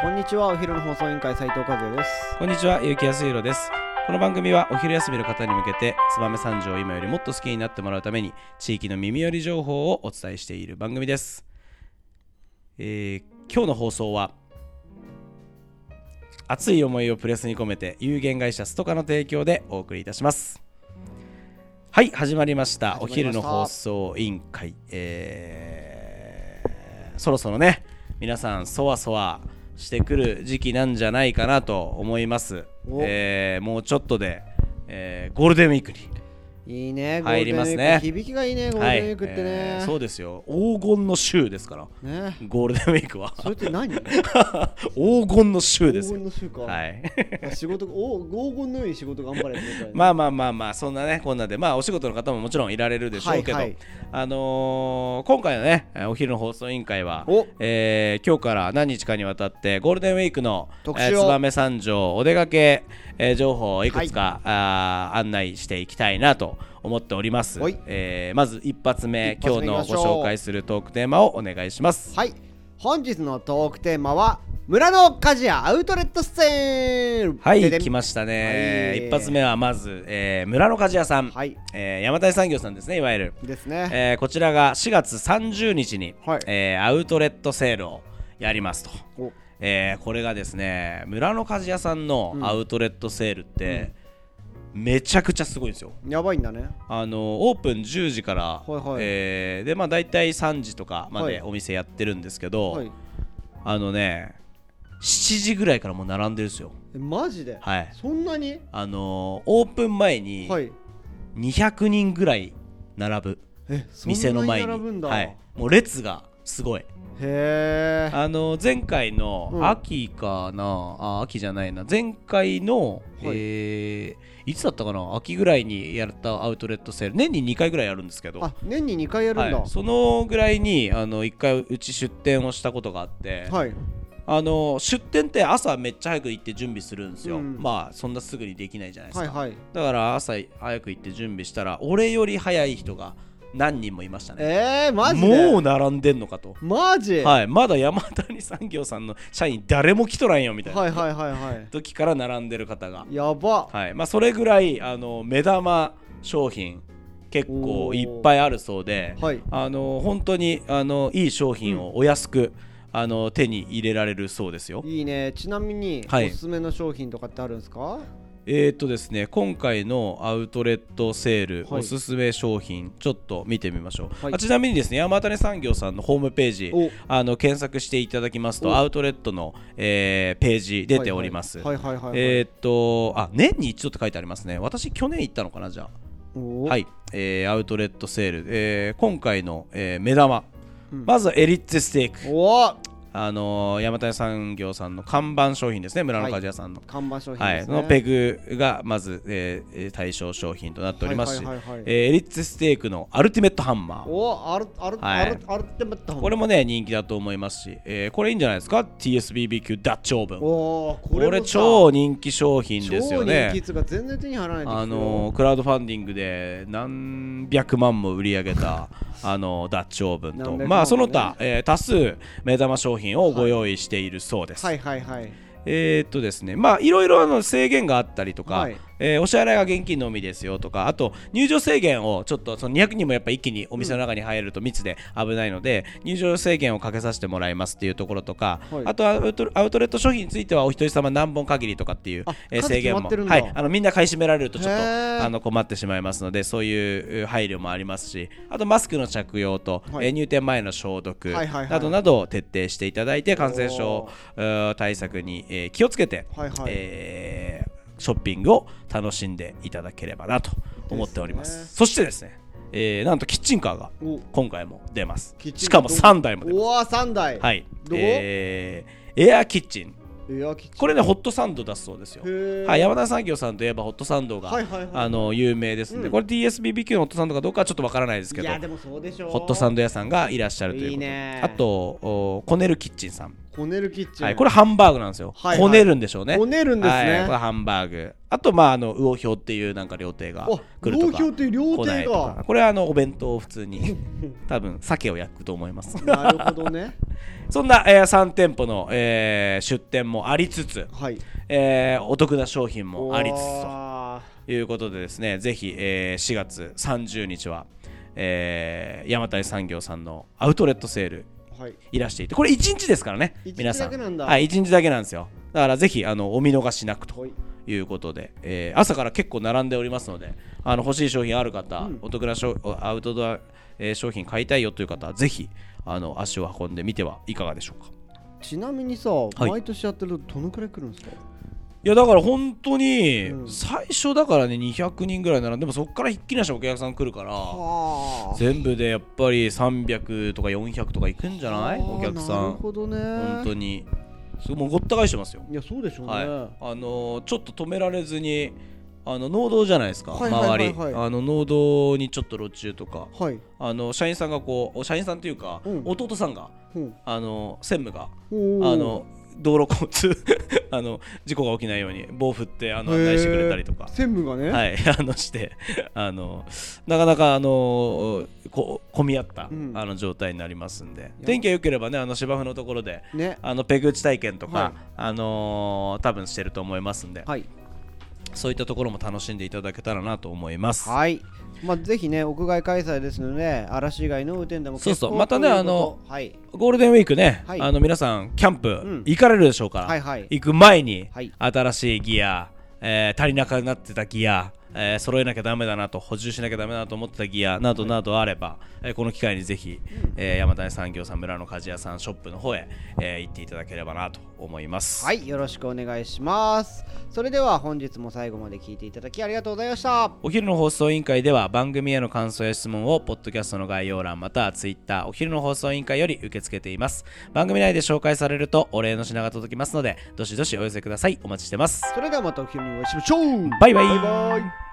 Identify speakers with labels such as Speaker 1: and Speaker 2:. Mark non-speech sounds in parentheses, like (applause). Speaker 1: こんにちはお昼の放送委員会斉藤和也です
Speaker 2: こんにちは、ゆうきやすいろです。この番組はお昼休みの方に向けて、燕三条を今よりもっと好きになってもらうために、地域の耳寄り情報をお伝えしている番組です。えー今日の放送は、熱い思いをプレスに込めて、有限会社ストカの提供でお送りいたします。はい、始まりました。
Speaker 1: 始まりました
Speaker 2: お昼の放送委員会。えーそろそろね、皆さん、そわそわしてくる時期なんじゃないかなと思います。
Speaker 1: お
Speaker 2: えーもうちょっとで、えーゴールデンウィークに
Speaker 1: いいね
Speaker 2: 入りますね
Speaker 1: ゴールデンウィーク響きがいいねゴールデンウィークってね、
Speaker 2: えーそうですよ黄金の週ですから
Speaker 1: ね
Speaker 2: ゴールデンウィークは
Speaker 1: それって何
Speaker 2: (laughs) 黄金の週で
Speaker 1: 黄
Speaker 2: す
Speaker 1: 金
Speaker 2: よ
Speaker 1: の週か、、
Speaker 2: はいい
Speaker 1: 仕事お黄金のように仕事頑張れってことだよね
Speaker 2: まあまあまあまあそんなねこんなでまあお仕事の方ももちろんいられるでしょうけど、
Speaker 1: はいはい
Speaker 2: あのー今回のねえーお昼の放送委員会は
Speaker 1: お、
Speaker 2: えー今日から何日かにわたってゴールデンウィークの
Speaker 1: 特
Speaker 2: え
Speaker 1: 集を
Speaker 2: ー燕三条お出かけ、えー情報をいくつか、あー案内していきたいなと思っております
Speaker 1: はい、
Speaker 2: えーまず一発目
Speaker 1: 一発目
Speaker 2: 今
Speaker 1: いきま
Speaker 2: 日
Speaker 1: し
Speaker 2: の
Speaker 1: ょう
Speaker 2: ご紹介するトークテーマをお願いします
Speaker 1: はい本日のトークテーマは村の鍛冶屋アウトレットステール
Speaker 2: はい
Speaker 1: ででん
Speaker 2: 来ましたね、
Speaker 1: はい
Speaker 2: 一発目はまず、えー村の鍛冶屋さん、
Speaker 1: はい
Speaker 2: えー山谷産業さんですねいわゆる
Speaker 1: ですね、
Speaker 2: えーこちらが4月30日に、
Speaker 1: はい
Speaker 2: えーアウトレットセールをやりますと、
Speaker 1: お
Speaker 2: えーこれがですね村の鍛冶屋さんのアウトレットセールって、めちゃくちゃすごいんですよ
Speaker 1: やばいんだね
Speaker 2: あのオープン10時から、
Speaker 1: いはい
Speaker 2: えーでまあ大体3時とかま
Speaker 1: はい
Speaker 2: でお店やってるんですけど、
Speaker 1: はい
Speaker 2: あのね7時ぐらいからもう並んでるんですよ
Speaker 1: えマジで、
Speaker 2: はい
Speaker 1: そんなに
Speaker 2: あのオープン前に
Speaker 1: はい
Speaker 2: 200人ぐらい並ぶ、
Speaker 1: えそんな
Speaker 2: 店の前に
Speaker 1: 並ぶんだ、
Speaker 2: はい、もう列がすごい
Speaker 1: へえ
Speaker 2: あの前回
Speaker 1: う
Speaker 2: の
Speaker 1: ん
Speaker 2: 秋かな、あ秋じゃないな前回
Speaker 1: は
Speaker 2: の、
Speaker 1: い
Speaker 2: いえーいつだったかな秋ぐらいにやったアウトレットセール年に2回ぐらいやるんですけど
Speaker 1: あ年に2回やるんだ
Speaker 2: はい、そのぐらいにあの1回うち出店をしたことがあって、
Speaker 1: はい
Speaker 2: あの出店って朝めっちゃ早く行って準備するんですよ、
Speaker 1: うん
Speaker 2: まあそんなすぐにできないじゃないです
Speaker 1: は
Speaker 2: か、
Speaker 1: いはい
Speaker 2: だから朝早く行って準備したら俺より早い人が何人もいましたね
Speaker 1: えー、マジで
Speaker 2: もう並んでんのかと
Speaker 1: マジ、
Speaker 2: はい、まだ山谷産業さんの社員誰も来とらんよみたいな、
Speaker 1: はいはいはいはい
Speaker 2: 時から並んでる方が、
Speaker 1: やば
Speaker 2: はいまあ、それぐらいあの目玉商品結構いっぱいあるそうで、
Speaker 1: はい
Speaker 2: あの本当にあのいい商品をお安く、あの手に入れられるそうですよ。
Speaker 1: いいねちなみに、
Speaker 2: はい
Speaker 1: おすすめの商品とかってあるんですか
Speaker 2: えー、とですね今回のアウトレットセール、
Speaker 1: はい
Speaker 2: おすすめ商品ちょっと見てみましょう、
Speaker 1: はい
Speaker 2: あちなみにですね山谷産業さんのホームページ
Speaker 1: お
Speaker 2: あの検索していただきます
Speaker 1: お
Speaker 2: とアウトレットの、えーページ出ております、
Speaker 1: はいはいはいはいはい、
Speaker 2: えーっとあ年に一度って書いてありますね私去年行ったのかなじゃあ
Speaker 1: お
Speaker 2: はい、えーアウトレットセール、えー今回の、えー目玉、
Speaker 1: うん
Speaker 2: まずはエリッツェステーク
Speaker 1: おー
Speaker 2: あのー山谷産業さんの看板商品ですね村の鍛冶屋さんの、
Speaker 1: 看板商品
Speaker 2: はい
Speaker 1: です、
Speaker 2: そ
Speaker 1: ね
Speaker 2: のペグがまず、えーえー対象商品となっておりますし、
Speaker 1: はいはいはいはい
Speaker 2: えーエリッツェステークのアルティメットハンマー
Speaker 1: おーあるある、
Speaker 2: はい
Speaker 1: あるあるってまった
Speaker 2: これもね人気だと思いますし、えーこれいいんじゃないですか TSBBQ ダッチオーブンこ
Speaker 1: おーこ
Speaker 2: れ
Speaker 1: れもさ
Speaker 2: 超人気商品ですよね
Speaker 1: 超人気っつうか全然手に入らないんですよ
Speaker 2: あのークラウドファンディングで何百万も売り上
Speaker 1: (laughs)
Speaker 2: げたあのーダッチオーブ
Speaker 1: 何
Speaker 2: ン
Speaker 1: 百
Speaker 2: と、
Speaker 1: 万もね
Speaker 2: まあ、その他、えー多数目玉商品をご用意しているそうです、
Speaker 1: はいはいはい
Speaker 2: えーっとですねまあいろいろあの制限があったりとか、
Speaker 1: はい
Speaker 2: えーお支払いが現金のみですよとかあと入場制限をちょっとその200人もやっぱ一気にお店の中に入ると密で危ないので、入場制限をかけさせてもらいますっていうところとか、
Speaker 1: はい
Speaker 2: あとアウトアウトレット商品についてはお一人様何本限りとかっていう
Speaker 1: あ、
Speaker 2: えー
Speaker 1: 数
Speaker 2: 制
Speaker 1: 決
Speaker 2: 限
Speaker 1: まっ
Speaker 2: も、
Speaker 1: てるんだ
Speaker 2: はい、あのみんな買い占められるとちょっ
Speaker 1: へー
Speaker 2: とあの困ってしまいますのでそういうえー配慮もありますしあとマスクの着用と、
Speaker 1: はい
Speaker 2: えー入店前の消毒
Speaker 1: はいはいはい
Speaker 2: などなどを徹底していただいて感染
Speaker 1: お
Speaker 2: 症えー対策に、えー気をつけて、
Speaker 1: はいはい
Speaker 2: えーショッピングを楽しんでいただければなと思っております
Speaker 1: ですね
Speaker 2: そしてですね、えーなんとキッチンカーが
Speaker 1: お
Speaker 2: 今回も出ます
Speaker 1: キッチン
Speaker 2: しかも3台も出ま
Speaker 1: おお3台
Speaker 2: すはい
Speaker 1: どこ
Speaker 2: えーエアーキッチン
Speaker 1: エアキッチン
Speaker 2: これねホットサンド出すそうですよ
Speaker 1: へー
Speaker 2: はい、山田産業さんといえばホットサンドが、
Speaker 1: はいはいはい
Speaker 2: あの有名ですので、
Speaker 1: うん
Speaker 2: これ TSBBQ のホットサンドかどうかはちょっとわからないですけ
Speaker 1: い
Speaker 2: ど
Speaker 1: やでもそうでしょう
Speaker 2: ホットサンド屋さんがいらっしゃるということ
Speaker 1: いいね
Speaker 2: あとおコネルキッチンさん、
Speaker 1: こねるキッチン
Speaker 2: はい、これハンバーグなんですよ、
Speaker 1: はいはい
Speaker 2: こねるんでしょうね
Speaker 1: こねるんですね
Speaker 2: はい、これハンバーグあとまああの魚評っていうなんか料亭が
Speaker 1: あ
Speaker 2: 来るとか
Speaker 1: 魚評っていう料亭が
Speaker 2: 来 (laughs) ないとかこれはあのお弁当を普通に多分鮭を焼くと思います
Speaker 1: なるほどね
Speaker 2: (laughs) そんな、え3店舗の、えー出店もありつつ、
Speaker 1: はい
Speaker 2: えーお得な商品もありつつと
Speaker 1: あ
Speaker 2: ということでですねぜひ、えー4月30日は、えー、山谷産業さんのアウトレットセール
Speaker 1: ーはい
Speaker 2: いらしていてこれ1日ですからね
Speaker 1: 一日
Speaker 2: 皆さん
Speaker 1: だけなんだ
Speaker 2: はい、1日だけなんですよだからぜひあのお見逃しなくと
Speaker 1: はい
Speaker 2: いうことで、えー朝から結構並んでおりますのであの欲しい商品ある方、お得な商アウトドア、えー商品買いたいよという方はぜひあの足を運んでみてはいかがでしょうか
Speaker 1: ちなみにさ、
Speaker 2: い
Speaker 1: 毎年やってるとどのくらい来るんですか
Speaker 2: いやだから本当に
Speaker 1: うん
Speaker 2: 最初だからね200人ぐらい並んでもそこからひっきりなしにお客さん来るから、
Speaker 1: は
Speaker 2: 全部でやっぱり300とか400とかいくんじゃないお客さ
Speaker 1: なんるほどね
Speaker 2: 本当にすごいもうごった返してますよ、
Speaker 1: いやそうでしょうね、
Speaker 2: はいあのーちょっと止められずにあの農道じゃないですか、
Speaker 1: はいはいはいはい
Speaker 2: 周りあの農道にちょっと路中とか
Speaker 1: はい。
Speaker 2: あの社員さんがこうお社員さんというか、
Speaker 1: うん
Speaker 2: 弟さんが
Speaker 1: うん
Speaker 2: あの専務が
Speaker 1: おー
Speaker 2: あの道路交通 (laughs) あの事故が起きないように棒振ってあの案内してくれたりとか
Speaker 1: へー専務がね。
Speaker 2: はい、 (laughs) あのしてあのなかなかあのこ混み合った、
Speaker 1: うん
Speaker 2: あの状態になりますんで天気が良ければねあの芝生のところで
Speaker 1: ね。
Speaker 2: あのペグ打ち体験とか、
Speaker 1: はい
Speaker 2: あのー多分してると思いますんで、
Speaker 1: はい。
Speaker 2: そういったところも楽しんでいただけたらなと思います。
Speaker 1: はい。まあぜひね屋外開催ですので嵐以外の雨天でも結構
Speaker 2: そうそうまた
Speaker 1: と
Speaker 2: ね
Speaker 1: いうことはい
Speaker 2: ゴールデンウィークね、
Speaker 1: はい
Speaker 2: あの皆さんキャンプ、
Speaker 1: ん
Speaker 2: 行かれるでしょうから、
Speaker 1: はいはい
Speaker 2: 行く前に、
Speaker 1: はい
Speaker 2: 新しいギア、えー足りなくなってたギア、えー揃えなきゃダメだなと補充しなきゃダメだなと思ってたギアなどなどあれば、えーこの機会にぜひ、えー山谷産業さん村の鍛冶屋さんショップの方へ、えー行っていただければなと思います。
Speaker 1: はいよろしくお願いします。それでは本日も最後まで聞いていただきありがとうございました。
Speaker 2: お昼の放送委員会では番組への感想や質問をポッドキャストの概要欄またはツイッターお昼の放送委員会より受け付けています番組内で紹介されるとお礼の品が届きますのでどしどしお寄せくださいお待ちしてます
Speaker 1: それではまたお昼にお会いしましょう。
Speaker 2: バイバイ
Speaker 1: バイバイ